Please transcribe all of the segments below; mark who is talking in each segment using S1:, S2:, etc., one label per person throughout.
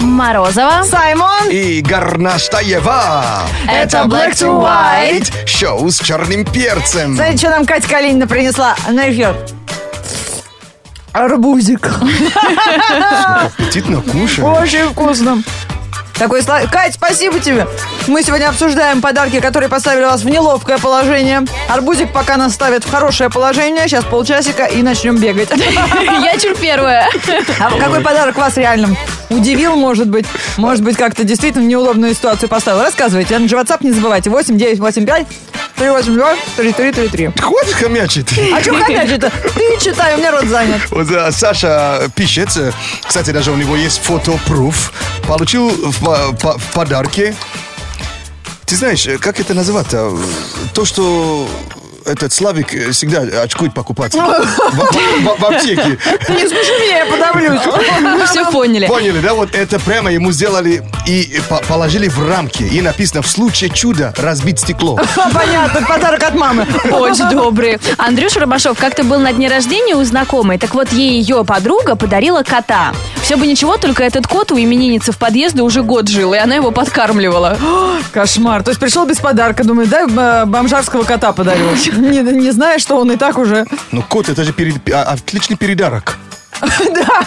S1: Морозова.
S2: Саймон.
S3: и Гарнаштаева.
S1: Это Black to White.
S3: Шоу с черным перцем.
S2: Знаете, что нам Катя Калинина принесла на эфир? Арбузик.
S3: Аппетитно кушаем.
S2: Очень вкусно. Такой слайд. Кать, спасибо тебе. Мы сегодня обсуждаем подарки, которые поставили вас в неловкое положение. Арбузик пока нас ставит в хорошее положение. Сейчас полчасика и начнем бегать.
S1: Я чур первая.
S2: А какой подарок вас реально удивил, может быть? Может быть, как-то действительно в неудобную ситуацию поставил? Рассказывайте. А на же WhatsApp не забывайте. 8 9 8 5 3 8 2 3 3 3 3.
S3: Хватит хомячить.
S2: А что хомячить-то? Ты читай, у меня рот занят.
S3: Вот, э, Саша пишет, э, кстати, даже у него есть фотопруф, получил в, по- по- в подарке, ты знаешь, э, как это называть-то? То, что этот Славик э, всегда очкует покупать в, в- в- в аптеке.
S2: Не смеши меня, я подавлюсь. Ну,
S1: Мы все поняли.
S3: Поняли, да? Вот это прямо ему сделали и э, по- положили в рамки. И написано «В случае чуда разбить стекло».
S2: Понятно, подарок от мамы.
S1: Очень добрые. Андрюша Рыбашов как-то был на дне рождения у знакомой. Так вот, ей ее подруга подарила кота. Все бы ничего, только этот кот у именинницы в подъезде уже год жил, и она его подкармливала.
S2: Кошмар. То есть пришел без подарка, думаю, дай э, бомжарского кота подарю. Не, не зная, что он и так уже.
S3: Ну, кот, это же перед- а- отличный передарок.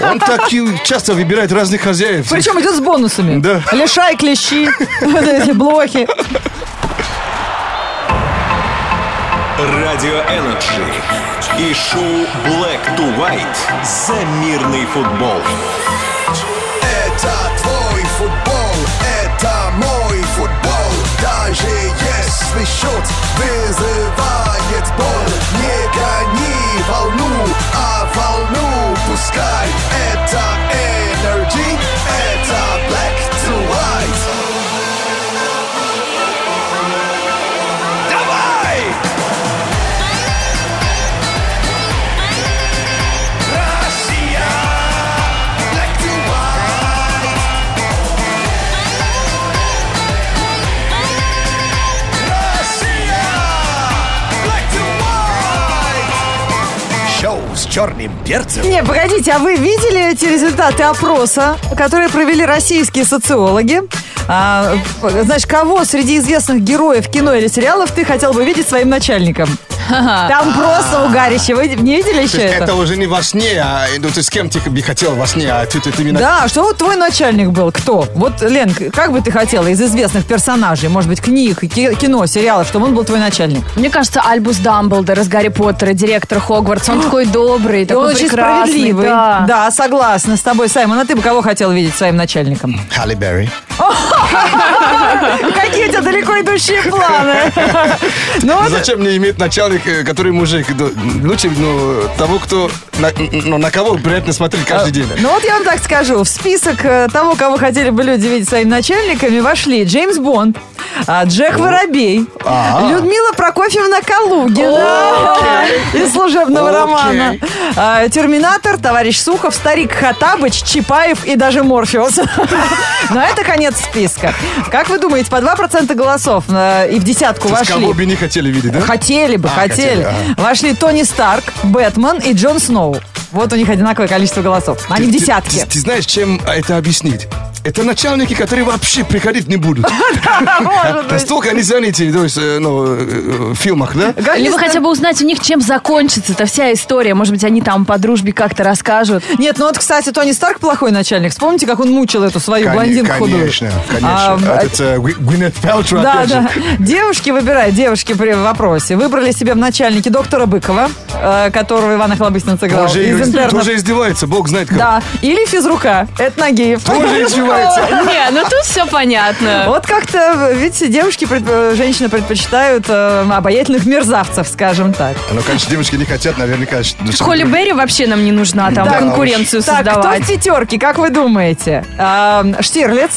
S3: Он так и часто выбирает разных хозяев.
S2: Причем идет с бонусами.
S3: Да.
S2: Лишай, клещи, вот эти блохи.
S4: Радио Энерджи и шоу Black to White за мирный футбол.
S5: Это твой футбол, это мой футбол. Даже если счет вызывает боль, не гони волну, а волну пускай. Это Energy, это Black to White. Давай! Россия! Black to White! Россия! Black to White! Шоу с черным перцем.
S2: Не, погодите, а вы видели эти результаты опроса, которые провели российские социологи? А, значит, кого среди известных героев кино или сериалов ты хотел бы видеть своим начальником? Там просто угарище. Вы не видели еще
S3: То есть это
S2: это?
S3: уже не во сне, а ну, ты с кем ты бы хотел во сне, а тут это именно...
S2: Да, что вот твой начальник был? Кто? Вот, Лен, как бы ты хотела из известных персонажей, может быть, книг, ки- кино, сериалов, чтобы он был твой начальник?
S1: Мне кажется, Альбус Дамблдор из «Гарри Поттера», директор Хогвартса, он такой добрый,
S2: И он
S1: такой
S2: очень
S1: прекрасный.
S2: справедливый.
S1: Да.
S2: согласна с тобой, Саймон. А ты бы кого хотел видеть своим начальником?
S3: Халли Берри.
S2: Какие у тебя далеко идущие планы? Ну, вот
S3: Зачем мне иметь начальник, э, который мужик? Ну, Лучше ну, того, кто... На, ну, на кого приятно смотреть каждый день.
S2: Ну вот я вам так скажу, в список э, того, кого хотели бы люди видеть своими начальниками, вошли Джеймс Бонд, а, Джек Воробей,
S3: А-а.
S2: Людмила Прокофьевна Калугина из служебного
S3: Окей.
S2: романа, а, Терминатор, Товарищ Сухов, Старик Хатабыч, Чапаев и даже Морфеус. Но это конец списка. Как вы думаете, по 2% голосов э, и в десятку
S3: С кого бы
S2: вошли?
S3: не хотели видеть, да?
S2: Хотели бы,
S3: А, хотели,
S2: хотели. Вошли Тони Старк, Бэтмен и Джон Сноу. Вот у них одинаковое количество голосов. Они в
S3: Ты-
S2: десятке.
S3: Ты, ты знаешь, чем а, это объяснить? Это начальники, которые вообще приходить не будут.
S2: Ну,
S3: Настолько они заняты то есть, э, ну, э, в фильмах, да?
S1: Или вы хотя бы узнать у них, чем закончится эта вся история. Может быть, они там по дружбе как-то расскажут.
S2: Нет, ну вот, кстати, Тони Старк плохой начальник. Вспомните, как он мучил эту свою
S3: Коне-
S2: блондинку худую.
S3: Конечно,
S2: А,
S3: конечно.
S2: а,
S3: Этот э, Гви- Гвинет Пелтро,
S2: Да,
S3: опять же.
S2: да. Девушки выбирают, девушки при вопросе. Выбрали себе в начальнике доктора Быкова, э, которого Иван Охлобыстин сыграл.
S3: Он же
S2: из
S3: из-
S2: интернов.
S3: тоже издевается, бог знает как.
S2: Да. Или физрука. Это Нагиев.
S3: Тоже издевается.
S1: Не, ну тут все понятно.
S2: Вот как-то, видите, девушки, предп- женщины предпочитают э, обаятельных мерзавцев, скажем так.
S3: Ну, конечно, девочки не хотят, наверняка. ну, что-
S1: Холли Берри вообще нам не нужна, там
S3: Да уж.
S1: конкуренцию
S2: Так, кто
S1: создавать.
S2: в пятерке, как вы думаете? Эм, А, Штирлиц,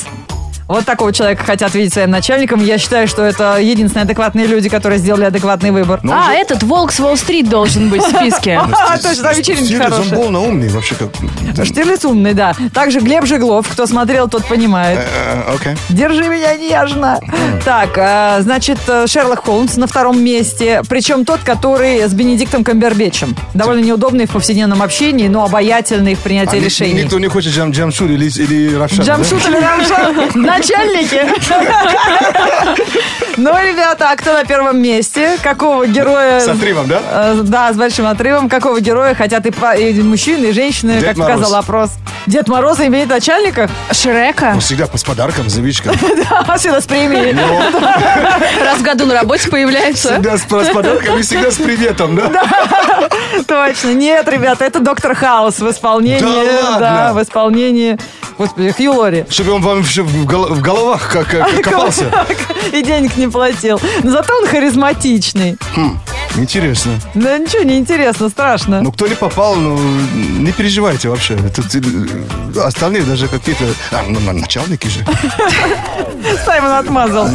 S2: Вот такого человека хотят видеть своим начальником. Я считаю, что это единственные адекватные люди, которые сделали адекватный выбор.
S1: а, этот волк с Уолл-стрит должен быть в списке.
S2: А, точно, там вечеринки
S3: Стилец, он
S2: хорошие.
S3: полно умный вообще как... Да.
S2: Штирлиц умный, да. Также Глеб Жеглов, кто смотрел, тот понимает.
S3: Э, Окей.
S2: Держи меня нежно. Так, а, значит, э, Шерлок Холмс на втором месте. Причем тот, который с Бенедиктом Камбербечем. Довольно неудобный в повседневном общении, но обаятельный в принятии
S3: А ни-
S2: решений.
S3: Никто не хочет джам, джамшут или, или равшан, да?
S2: Джамшут или Рамшан? Начальники. Ну, ребята, а кто на первом месте? Какого героя...
S3: С отрывом, да?
S2: Э, Да, с большим отрывом. Какого героя хотят и, па- и мужчины, и женщины,
S3: Дед
S2: как
S3: Мороз.
S2: показал опрос. Дед Мороз имеет начальника?
S1: Шрека.
S3: Он всегда с подарком, с завичком.
S2: А всегда с премией.
S1: Раз в году на работе появляется.
S3: Всегда с, с подарком и всегда с приветом, да?
S2: Точно. Нет, ребята, это Доктор Хаус в
S3: Да
S2: исполнении...
S3: ладно?
S2: Да, в исполнении... Господи, Хью Лори.
S3: Чтобы он вам еще в, гол- в головах как, как копался.
S2: И денег не платил. Но зато он харизматичный.
S3: Интересно.
S2: Да ничего не интересно, страшно.
S3: Ну, кто не попал, ну, не переживайте вообще. Тут э, остальные даже какие-то... А, ну, на- начальники же.
S2: Саймон отмазал.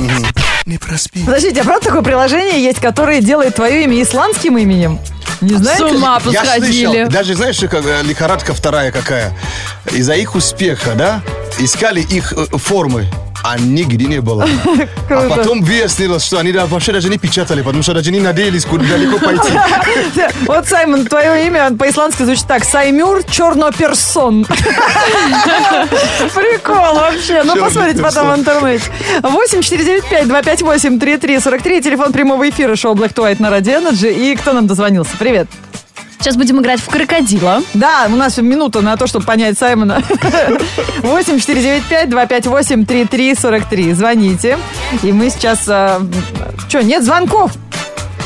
S5: Не проспи.
S2: Подождите, а правда такое приложение есть, которое делает твое имя исландским именем? Не
S1: С
S2: знаете?
S1: ума
S3: Я
S1: посходили.
S3: слышал, даже знаешь, что как, э, лихорадка вторая какая? Из-за их успеха, да, искали их э, формы, а нигде не было. А
S2: Круто.
S3: потом выяснилось, что они да, вообще даже не печатали, потому что даже не надеялись куда далеко пойти.
S2: Вот, Саймон, твое имя он по-исландски звучит так. Саймюр Черноперсон. Прикол вообще. Ну, посмотрите потом в интернете. 8495-258-3343. Телефон прямого эфира шоу Black to White на Radio Energy. И кто нам дозвонился? Привет.
S1: Сейчас будем играть в крокодила.
S2: Да, у нас минута на то, чтобы понять Саймона. 8495-258-3343. Звоните. И мы сейчас... Что, нет звонков?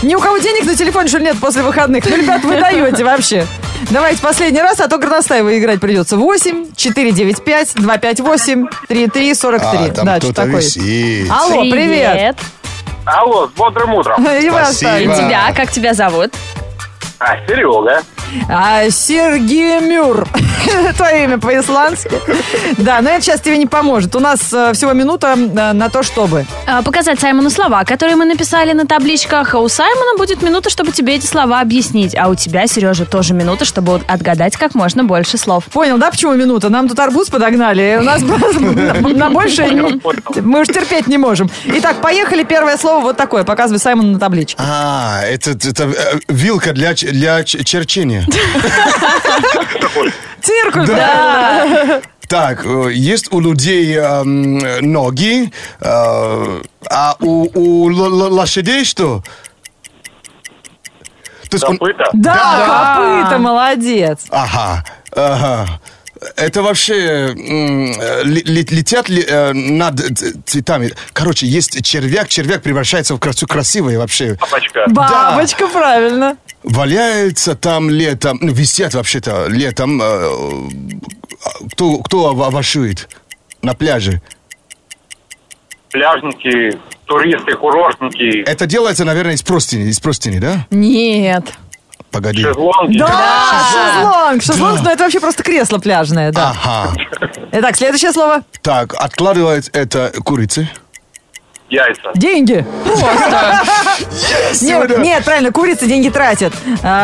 S2: Ни у кого денег на телефон, что ли, нет после выходных? Ну, ребят, вы даете вообще. Давайте последний раз, а то Горностаева играть придется. 8 495 258
S3: А,
S2: 3343.
S3: там кто-то висит.
S2: Алло, привет.
S6: Алло, с бодрым утром.
S2: И вас
S3: Спасибо.
S1: И
S2: также.
S1: тебя, как тебя зовут?
S6: А, Серега.
S2: А, Сергей Мюр. Твое имя по-исландски. Да, но это сейчас тебе не поможет. У нас э, всего минута э, на то, чтобы.
S1: А, Показать Саймону слова, которые мы написали на табличках. А у Саймона будет минута, чтобы тебе эти слова объяснить. А у тебя, Сережа, тоже минута, чтобы отгадать как можно больше слов.
S2: Понял, да, почему минута? Нам тут арбуз подогнали. У нас просто на больше мы уж терпеть не можем. Итак, поехали. Первое слово вот такое. Показывай Саймону на табличке.
S3: А, это, это, э, вилка для, ч- для ч- черчения.
S2: Циркуль.
S3: Так, э, есть у людей эм, э, ноги, э, а у, у л- л- лошадей что? То есть он-
S6: Копыта.
S2: Да, копыта, молодец.
S3: Ага, ага. Это вообще м, э, ли- ли- летят ли, э, над ц- цветами? Короче, есть червяк, червяк превращается в красу красивое вообще.
S6: Папочка.
S2: Бабочка, правильно.
S3: Валяется там летом, ну, висят вообще-то летом. э, а кто, кто ова- овощует на пляже?
S6: Пляжники, туристы, курортники,
S2: Э,
S3: Это делается, наверное, из простыни, из простыни, да?
S1: Нет.
S3: Погоди.
S6: шезлонги.
S2: Да, шезлонг. Шезлонг, но это вообще просто кресло пляжное, да.
S3: Ага.
S2: Итак, следующее слово.
S3: Так, откладывает это курицы.
S6: Яйца.
S2: Деньги. Нет, нет, правильно, курицы деньги тратят.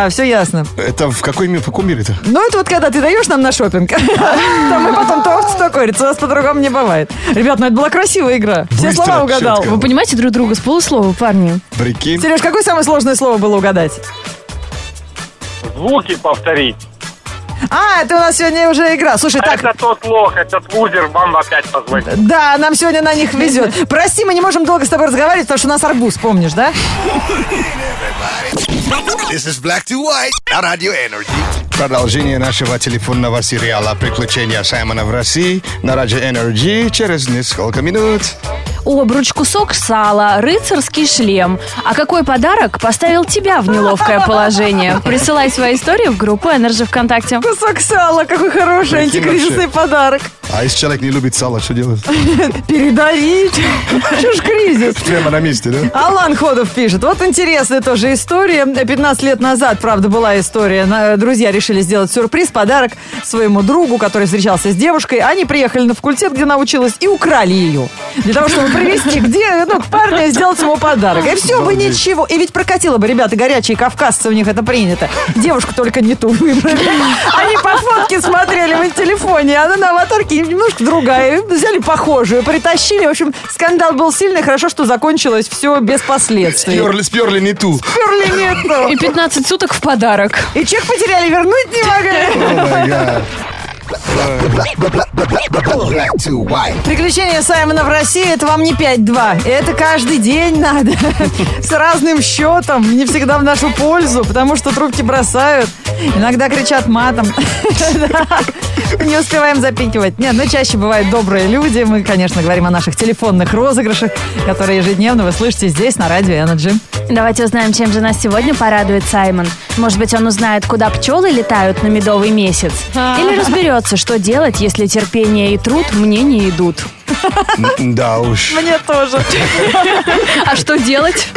S2: все ясно.
S3: Это в какой ми- в каком мире-то?
S2: Ну, это вот когда ты даешь нам на шопинг, там мы потом то овцы, то курица. У нас по-другому не бывает. Ребят, ну это была красивая игра. Все
S3: Быстро,
S2: слова угадал.
S3: чётко.
S1: Вы понимаете друг друга с полуслова, парни?
S3: Прикинь.
S2: Сереж, какое самое сложное слово было угадать?
S6: Звуки повторить.
S2: А, это у нас сегодня уже игра. Слушай, так,
S6: Это тот лох, этот лузер вам опять позвонит.
S2: да, нам сегодня на них везет. Прости, мы не можем долго с тобой разговаривать, потому что у нас арбуз, помнишь, да?
S5: This is Black to White на Radio Energy.
S3: Продолжение нашего телефонного сериала «Приключения Саймона в России» на радио Energy через несколько минут.
S1: обруч, кусок сала, рыцарский шлем. А какой подарок поставил тебя в неловкое положение? Присылай свои истории в группу Energy ВКонтакте.
S2: Кусок сала, какой хороший
S7: Прикинь
S2: антикризисный подарок.
S7: А если человек не любит сало, что делать?
S2: Передарить. Что ж кризис?
S7: Прямо на месте, да?
S2: Алан Ходов пишет. Вот интересная тоже история. 15 лет назад, правда, была история. На- э, Друзья решили сделать сюрприз, подарок своему другу, который встречался с девушкой. Они приехали на факультет, где она училась, и украли ее. Для того, чтобы привести где, ну, к парню и сделать ему подарок. И все бы ничего. И ведь прокатило бы, ребята, горячие кавказцы, у них это принято. Девушку только не ту выбрали. Они по фотке смотрели в телефоне, а она на аватарке немножко другая. Взяли похожую, притащили. В общем, скандал был сильный. Хорошо, что закончилось все без последствий.
S7: Сперли, сперли не ту.
S2: Перли нету.
S1: И 15 суток в подарок.
S2: И чек потеряли, вернуть не могли.
S7: Oh my God.
S5: Black to white.
S2: Приключения Саймона в России это вам не 5-2. Это каждый день надо. С разным счетом. Не всегда в нашу пользу, потому что трубки бросают. Иногда кричат матом. Да. Не успеваем запикивать. Нет, но чаще бывают добрые люди. Мы, конечно, говорим о наших телефонных розыгрышах, которые ежедневно вы слышите здесь, на радио Energy.
S1: Давайте узнаем, чем же нас сегодня порадует Саймон. Может быть, он узнает, куда пчелы летают на медовый месяц. Или разберется, что делать, если терпение и труд мне не идут.
S7: М, Да уж.
S2: Мне тоже.
S1: А что делать?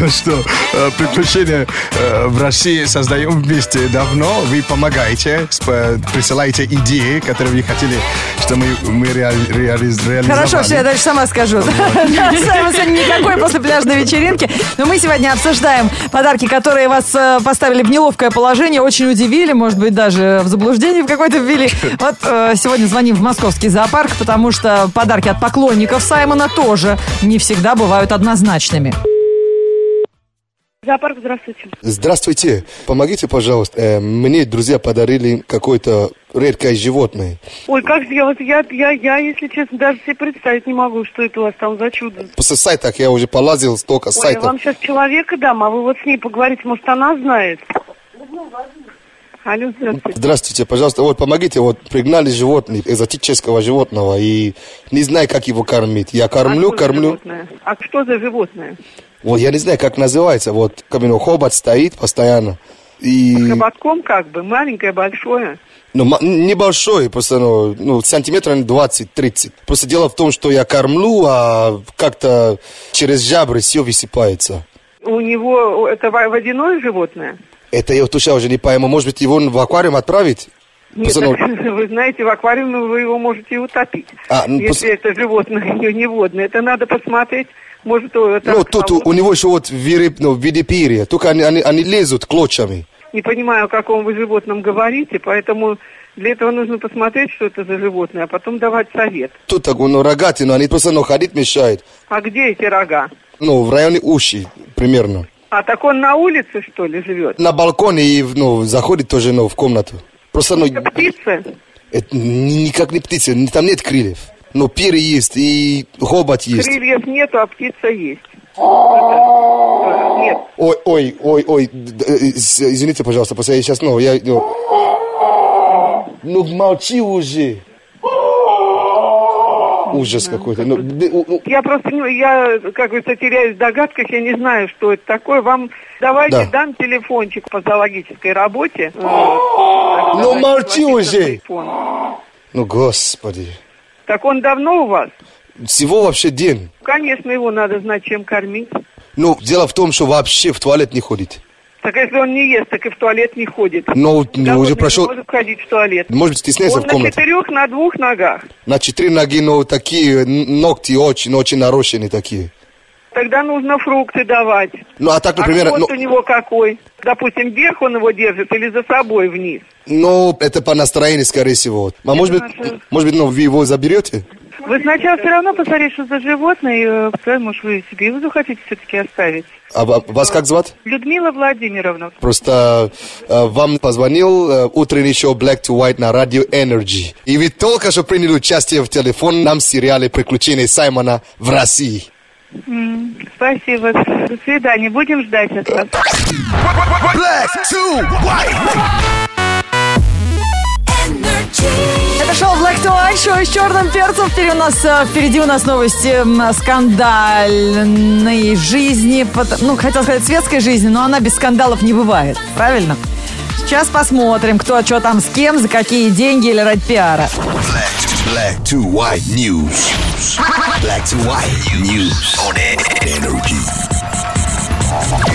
S7: Ну что, э, приключения э, в России создаем вместе давно. Вы помогаете, сп- присылаете идеи, которые вы хотели, что мы, мы реали- реали- реализовали.
S2: Хорошо, все, я дальше сама скажу. Да, Саймон сегодня никакой после пляжной вечеринки. Но мы сегодня обсуждаем подарки, которые вас э, поставили в неловкое положение, очень удивили, может быть, даже в заблуждение в какое-то ввели. Вот э, сегодня звоним в московский зоопарк, потому что подарки от поклонников Саймона тоже не всегда бывают однозначными.
S8: Зоопарк, здравствуйте.
S3: Здравствуйте, помогите, пожалуйста. Э, Мне друзья подарили какое-то редкое животное.
S8: Ой, как же я вас, я, я, я, если честно, даже себе представить не могу, что это у вас там за чудо.
S3: После сайтах я уже полазил столько
S8: Ой, я
S3: сайтов.
S8: вам сейчас человека дам, а вы вот с ней поговорите, может, она знает. Алло, здравствуйте.
S3: Здравствуйте, пожалуйста. Вот помогите, вот пригнали животных, экзотического животного, и не знаю, как его кормить. Я кормлю,
S8: а что за
S3: кормлю.
S8: животное? А что за животное?
S3: Вот я не знаю, как называется. Вот камень хобот стоит постоянно. И,
S8: Хоботком как бы, маленькое, большое.
S3: ну, ма- небольшой, просто, ну, ну, сантиметров 20-30. Просто дело в том, что я кормлю, а как-то через жабры все высыпается.
S8: У него, это во- водяное животное?
S3: Это я вот уже уже не пойму. Может быть, его в аквариум отправить?
S8: Нет,
S3: Пацанов.
S8: так, вы знаете, в аквариуме вы его можете и утопить.
S3: А, ну,
S8: если
S3: пос-
S8: это животное не не водное, это надо посмотреть. Может, о, это
S3: Ну, тут у, у него еще вот вири- ну, в виде перья. Только они, они, они лезут клочьями.
S8: не понимаю, о каком вы животном говорите, поэтому для этого нужно посмотреть, что это за животное, а потом давать совет.
S3: Тут так, ну, рогатый, но они просто, ну, ходить мешают.
S8: А где эти рога?
S3: Ну, в районе уши примерно.
S8: А так он на улице, что ли, живет?
S3: На балконе и, ну, заходит тоже, ну, в комнату. Просто, ну,
S8: Это птица?
S3: это ни- никак не птица, ни- там нет крыльев. Но перья есть, и хобот есть.
S8: Крыльев нету, а птица есть. Это- Нет.
S3: Ой, ой, ой, ой, д- э, из- извините, пожалуйста, просто я сейчас, ну, я... Ну, ну молчи уже. Ужас какой-то. Ну, д- у- у-
S8: Я просто, не- я, как говорится, теряюсь в догадках, я не знаю, что это такое. Вам давайте
S3: Да.
S8: дам телефончик по зоологической работе.
S3: ну молчи уже.
S8: Телефон.
S3: Ну, господи.
S8: Так он давно у вас?
S3: Всего вообще день.
S8: Конечно, его надо знать, чем кормить.
S3: Ну, дело в том, что вообще в туалет не ходит.
S8: Так если он не ест, так и в туалет не ходит.
S3: Но вот, ну,
S8: Голодный
S3: уже
S8: не
S3: прошел...
S8: может ходить в туалет.
S3: Может быть, стесняется
S8: Он
S3: в
S8: на
S3: комнате.
S8: четырех, на двух ногах.
S3: На четыре ноги, но такие н- ногти очень-очень нарощенные такие.
S8: Тогда нужно фрукты давать.
S3: Ну, а так, например...
S8: а
S3: ну-
S8: хвост у него какой? Допустим, вверх он его держит или за собой вниз?
S3: Ну, это по настроению, скорее всего. А может быть,
S8: наша-
S3: может быть, ну, вы его заберете?
S8: Вы сначала все равно посмотрите, что за животное, и, э, может, вы себе его захотите все-таки оставить.
S3: А ва- вас как звать?
S8: Людмила Владимировна.
S3: Просто э, вам позвонил э, утренний шоу Black to White на радио Energy. И вы только что приняли участие в телефонном сериале «Приключения Саймона в России».
S8: Спасибо. До свидания. Будем ждать от вас.
S5: Black to white.
S2: Это шоу Black to большой с черным перцем. Теперь у нас э, впереди у нас новости м, э, скандальной жизни. пот- Ну, хотел сказать светской жизни, но она без скандалов не бывает. Правильно? Сейчас посмотрим, кто что там с кем, за какие деньги или ради пиара.
S5: Black to white news. Black to white news on energy.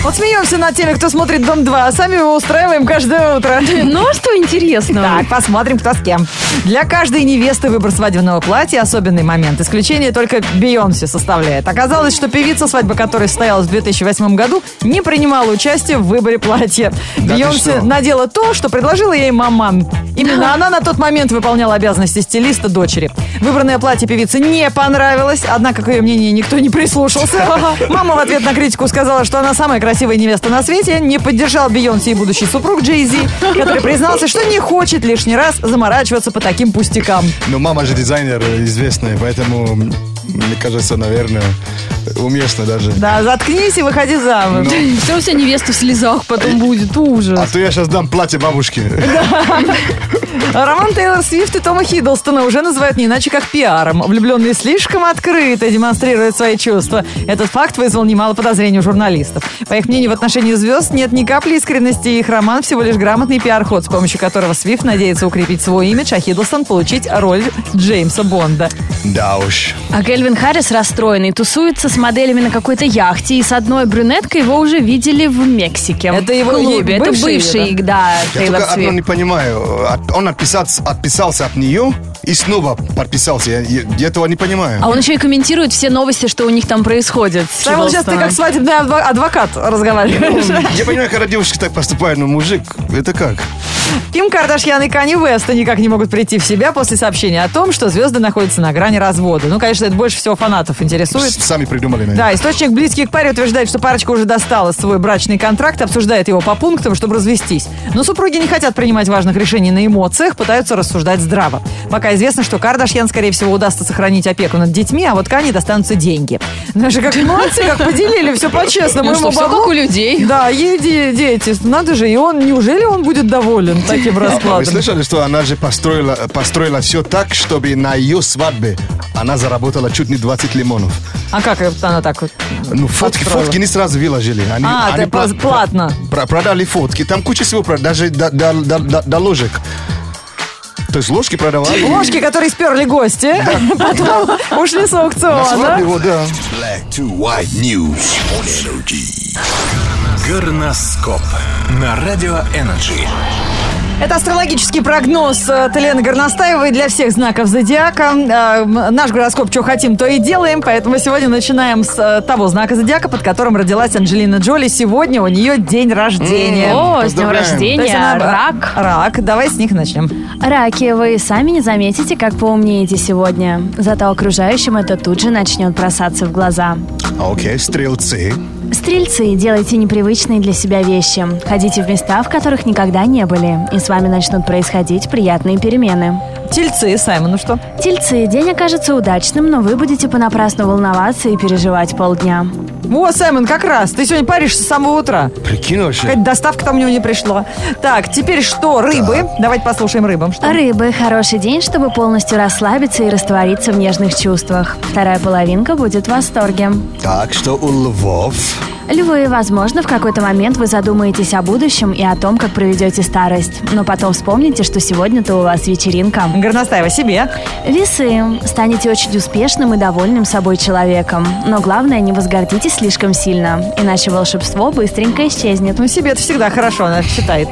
S2: Вот смеемся над теми, кто смотрит «Дом-2», а сами его устраиваем каждое утро.
S1: Ну, а что интересного?
S2: Так, посмотрим, кто с кем. Для каждой невесты выбор свадебного платья – особенный момент. Исключение только Бейонсе составляет. Оказалось, что певица, свадьба которой состоялась в 2008 году, не принимала участия в выборе платья.
S3: ты
S2: Бейонсе
S3: что?
S2: надела то, что предложила ей маман. Именно она на тот момент выполняла обязанности стилиста дочери. Выбранное платье певице не понравилось, однако к ее мнению никто не прислушался. Мама в ответ на критику сказала, что она самая красивая невеста на свете, не поддержал Бейонсе и будущий супруг Джей Зи, который признался, что не хочет лишний раз заморачиваться по таким пустякам.
S3: Но Ну, мама же дизайнер э, известный, поэтому, м, мне кажется, наверное, уместно даже.
S2: Да, заткнись и выходи
S3: Ну,
S2: замуж.
S1: Все, вся невеста в слезах потом будет,
S3: А
S1: ужас.
S3: то я сейчас дам платье бабушке.
S2: Роман Тейлор Свифт и Тома Хиддлстона уже называют не иначе, как пиаром. Влюбленные слишком открыто демонстрируют свои чувства. Этот факт вызвал немало подозрений у журналистов. По их мнению, в отношении звезд нет ни капли искренности, и их роман всего лишь грамотный пиар-ход, с помощью которого Свифт надеется укрепить свой имидж, а Хиддлстон получить роль Джеймса Бонда.
S3: Да уж.
S1: А Кельвин Харрис расстроенный, тусуется с моделями на какой-то яхте, и с одной брюнеткой его уже видели в Мексике.
S2: Это его
S1: в
S2: ей
S1: клубе. Это
S2: бывший,
S1: бывший, да,
S3: Я
S1: Тейлор
S3: только одно
S1: Свифт.
S3: не понимаю. От- Он отписаться- отписался от нее и снова подписался. Я, я- я этого не понимаю.
S1: А он еще и комментирует все новости, что у них там происходит. с
S2: Саймон, сейчас ты
S1: Хиддлстоном.
S2: как свадебный адва- адвокат разговариваешь.
S3: Я понимаю, когда девушки так поступают, но мужик, это как?
S2: Ким Кардашьян и Кани Уэста никак не могут прийти в себя после сообщения о том, что звезды находятся на грани развода. Ну, конечно, это больше всего фанатов интересует.
S3: С- Сами придумали, наверное.
S2: Да, источник близкий к паре утверждает, что парочка уже достала свой брачный контракт, обсуждает его по пунктам, чтобы развестись. Но супруги не хотят принимать важных решений на эмоциях, пытаются рассуждать здраво. Пока известно, что Кардашьян, скорее всего, удастся сохранить опеку над детьми, а вот Кане достанутся деньги. Даже как молодцы, как поделили, все по-честному.
S1: Ну
S2: Ему
S1: что, все
S2: бабло,
S1: как у людей.
S2: да, ей де- дети, надо же, и он, неужели он будет доволен таким
S3: А Вы
S2: раскладом?
S3: слышали, что она же построила, построила все так, чтобы на ее свадьбе она заработала чуть не 20 лимонов.
S2: А как это она так вот?
S3: Ну, фотки,
S2: Подстроила.
S3: фотки не сразу выложили. Они,
S2: А,
S3: они
S2: да,
S3: про-
S2: пла- платно.
S3: про- продали фотки. Там куча всего, про- даже до, до- до- до- до ложек. То есть ложки продавали.
S2: Ложки, которые сперли гости, потом ушли с
S3: На
S2: аукциона.
S3: свадьбе, вот, да.
S5: Black to white news on energy.
S4: Горноскоп на радио Энерджи.
S2: Это астрологический прогноз э, от Елены Горностаевой для всех знаков зодиака. Э, м, Наш гороскоп, что хотим, то и делаем, поэтому сегодня начинаем с э, того знака зодиака, под которым родилась Анджелина Джоли. Сегодня у нее день рождения.
S1: О, с днем
S2: То
S3: Поздравляем.
S2: есть
S1: рождения,
S2: она-
S1: рак.
S2: Рак, давай с них начнем.
S1: Раки, вы сами не заметите, как поумнеете сегодня. Зато окружающим это тут же начнет бросаться в глаза.
S3: А, Окей, стрелцы.
S1: Стрельцы, делайте непривычные для себя вещи. Ходите в места, в которых никогда не были, и с вами начнут происходить приятные перемены.
S2: Тельцы, Саймон, ну что?
S1: Тельцы, день окажется удачным, но вы будете понапрасну волноваться и переживать полдня.
S2: О, Саймон, как раз. Ты сегодня паришься с самого утра.
S3: Прикинь вообще.
S2: Какая-то доставка там у него не пришла. Так, теперь что? Рыбы. Давайте послушаем рыбам. Что?
S1: Рыбы, хороший день, чтобы полностью расслабиться и раствориться в нежных чувствах. Вторая половинка будет в восторге.
S3: Так, что у львов?
S1: Львы, возможно, в какой-то момент вы задумаетесь о будущем и о том, как проведете старость. Но потом вспомните, что сегодня-то у вас вечеринка.
S2: Горностаева себе.
S1: Весы. Станете очень успешным и довольным собой человеком. Но главное, не возгордитесь слишком сильно, иначе волшебство быстренько исчезнет.
S2: Ну, себе это всегда хорошо, она считает.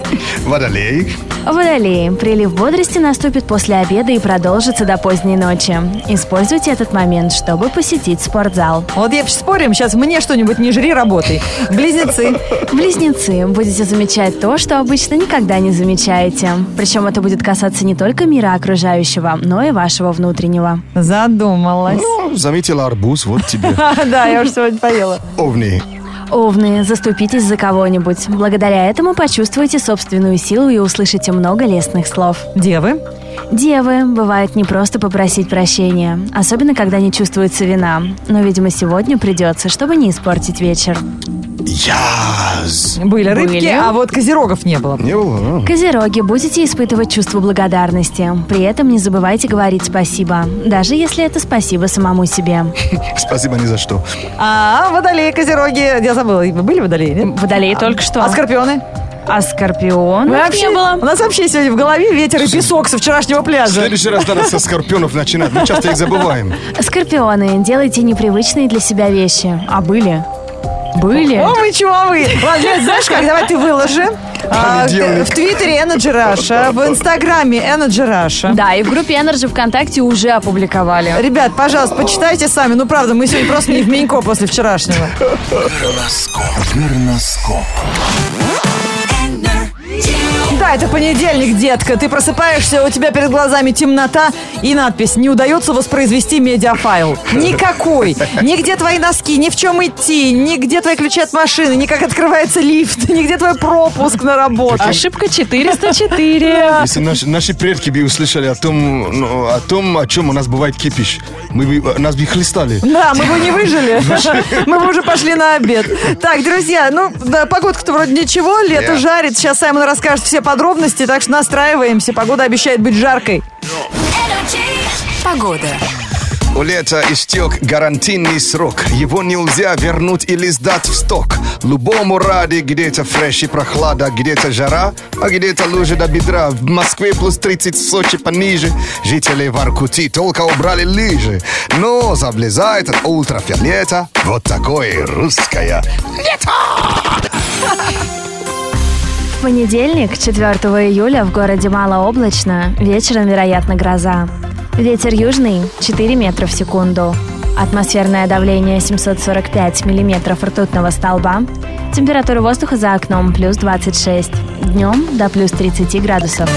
S3: Водолей.
S1: Водолеи. Прилив бодрости наступит после обеда и продолжится до поздней ночи. Используйте этот момент, чтобы посетить спортзал.
S2: Вот я спорим, сейчас мне что-нибудь не жри, работай. Близнецы.
S1: Близнецы. Будете замечать то, что обычно никогда не замечаете. Причем это будет касаться не только мира окружающего, но и вашего внутреннего.
S2: Задумалась.
S3: Ну, заметила арбуз, вот тебе.
S2: Да, я уже сегодня поела.
S3: Овни.
S1: Овны, заступитесь за кого-нибудь. Благодаря этому почувствуете собственную силу и услышите много лестных слов.
S2: Девы.
S1: Девы, бывает непросто попросить прощения, особенно когда не чувствуется вина. Но, видимо, сегодня придется, чтобы не испортить вечер.
S3: Яз.
S2: Были рыбки,
S1: Были.
S2: а вот козерогов не было.
S3: Не было? а?
S1: Козероги, будете испытывать чувство благодарности. При этом не забывайте говорить спасибо, даже если это спасибо самому себе.
S3: Спасибо ни за что.
S2: А, водолеи, козероги. Я забыла, вы были водолеи, нет?
S1: Водолей только что.
S2: А скорпионы?
S1: А скорпион?
S2: Вообще- У нас вообще сегодня в голове ветер и песок со вчерашнего
S3: В
S2: пляжа.
S3: следующий раз надо со скорпионов начинать. Мы часто их забываем.
S1: Скорпионы, делайте непривычные для себя вещи. А были? Были?
S2: О, вы чумовые. Ладно, Лёнь, знаешь как, давай ты выложи. А,
S3: Понедельник.
S2: в Твиттере Energy Russia, в Инстаграме Energy Russia.
S1: Да, и в группе Energy ВКонтакте уже опубликовали.
S2: Ребят, пожалуйста, почитайте сами. Ну, правда, мы сегодня просто не в Минько после вчерашнего.
S5: Горноскоп.
S2: Да, это понедельник, детка. Ты просыпаешься, у тебя перед глазами темнота и надпись «Не удается воспроизвести медиафайл». Никакой. Нигде твои носки, ни в чем идти, нигде твои ключи от машины, ни как открывается лифт, нигде твой пропуск на работу.
S1: Ошибка 404.
S3: Если наши, наши предки бы услышали о том, ну, о том, о чем у нас бывает кипиш, мы бы, э, нас бы хлестали.
S2: Да, мы бы не выжили. Мы бы уже пошли на обед. Так, друзья, ну, да, погодка-то вроде ничего, лето
S3: Да.
S2: жарит. Сейчас Саймон расскажет все подробности, так что настраиваемся. Погода обещает быть жаркой.
S3: У лета истек гарантийный срок. Его нельзя вернуть или сдать в сток. Любому ради где-то фреш и прохлада, где-то жара, а где-то лужи до бедра. В Москве плюс 30, в Сочи пониже. Жители Воркути только убрали лыжи. Но заблезает от ультрафиолета вот такое русское.
S1: В понедельник, 4 июля, в городе малооблачно, вечером, вероятно, гроза. Ветер южный 4 метра в секунду. Атмосферное давление 745 миллиметров ртутного столба. Температура воздуха за окном плюс 26. Днем до плюс 30 градусов.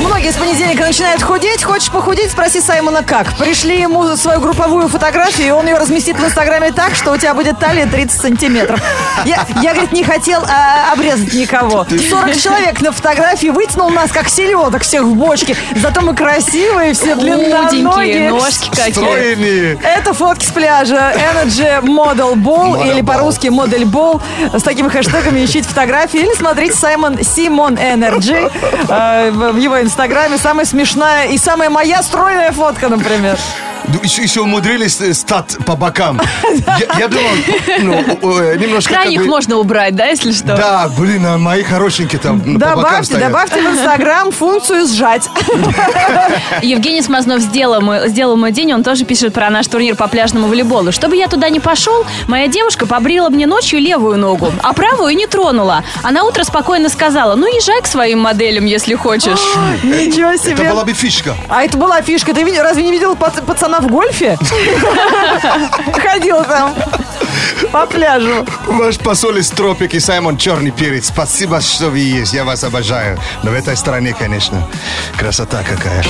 S2: Многие с понедельника начинают худеть. Хочешь похудеть? Спроси Саймона как. Пришли ему свою групповую фотографию, и он ее разместит в Инстаграме так, что у тебя будет талия 30 сантиметров. Я, я, говорит, не хотел а, обрезать никого. 40 человек на фотографии вытянул нас, как селедок всех в бочке. Зато мы красивые, все длинноногие.
S1: Худенькие ножки какие.
S3: Стройные.
S2: Это фотки с пляжа. Energy Model Ball
S3: Model
S2: или
S3: Ball.
S2: по-русски Model Ball. С такими хэштегами ищите фотографии. Или смотрите Саймон Симон Energy э, в в его инстаграме. Самая смешная и самая моя стройная фотка, например.
S3: Ну, Еще, еще умудрились э, стать по бокам. Я, я думал, ну, э, немножко... как
S1: Крайних
S3: бы-
S1: можно убрать, да, если что?
S3: Да, блин, а мои хорошенькие там ну, по бокам
S2: Добавьте,
S3: стоят.
S2: добавьте в инстаграм функцию сжать.
S1: Евгений Смазнов сделал мой, сделал мой день, он тоже пишет про наш турнир по пляжному волейболу. Чтобы я туда не пошел, моя девушка побрила мне ночью левую ногу, а правую не тронула. А на утро спокойно сказала, ну езжай к своим моделям, если хочешь.
S2: Ничего
S3: Это
S2: себе.
S3: была бы фишка.
S2: А это была фишка. Ты видел- разве не видел пац- пацана в гольфе? Ходил там по пляжу.
S3: Ваш посол из тропик и Саймон Черный Перец. Спасибо, что вы есть. Я вас обожаю. Но в этой стране, конечно, красота какая.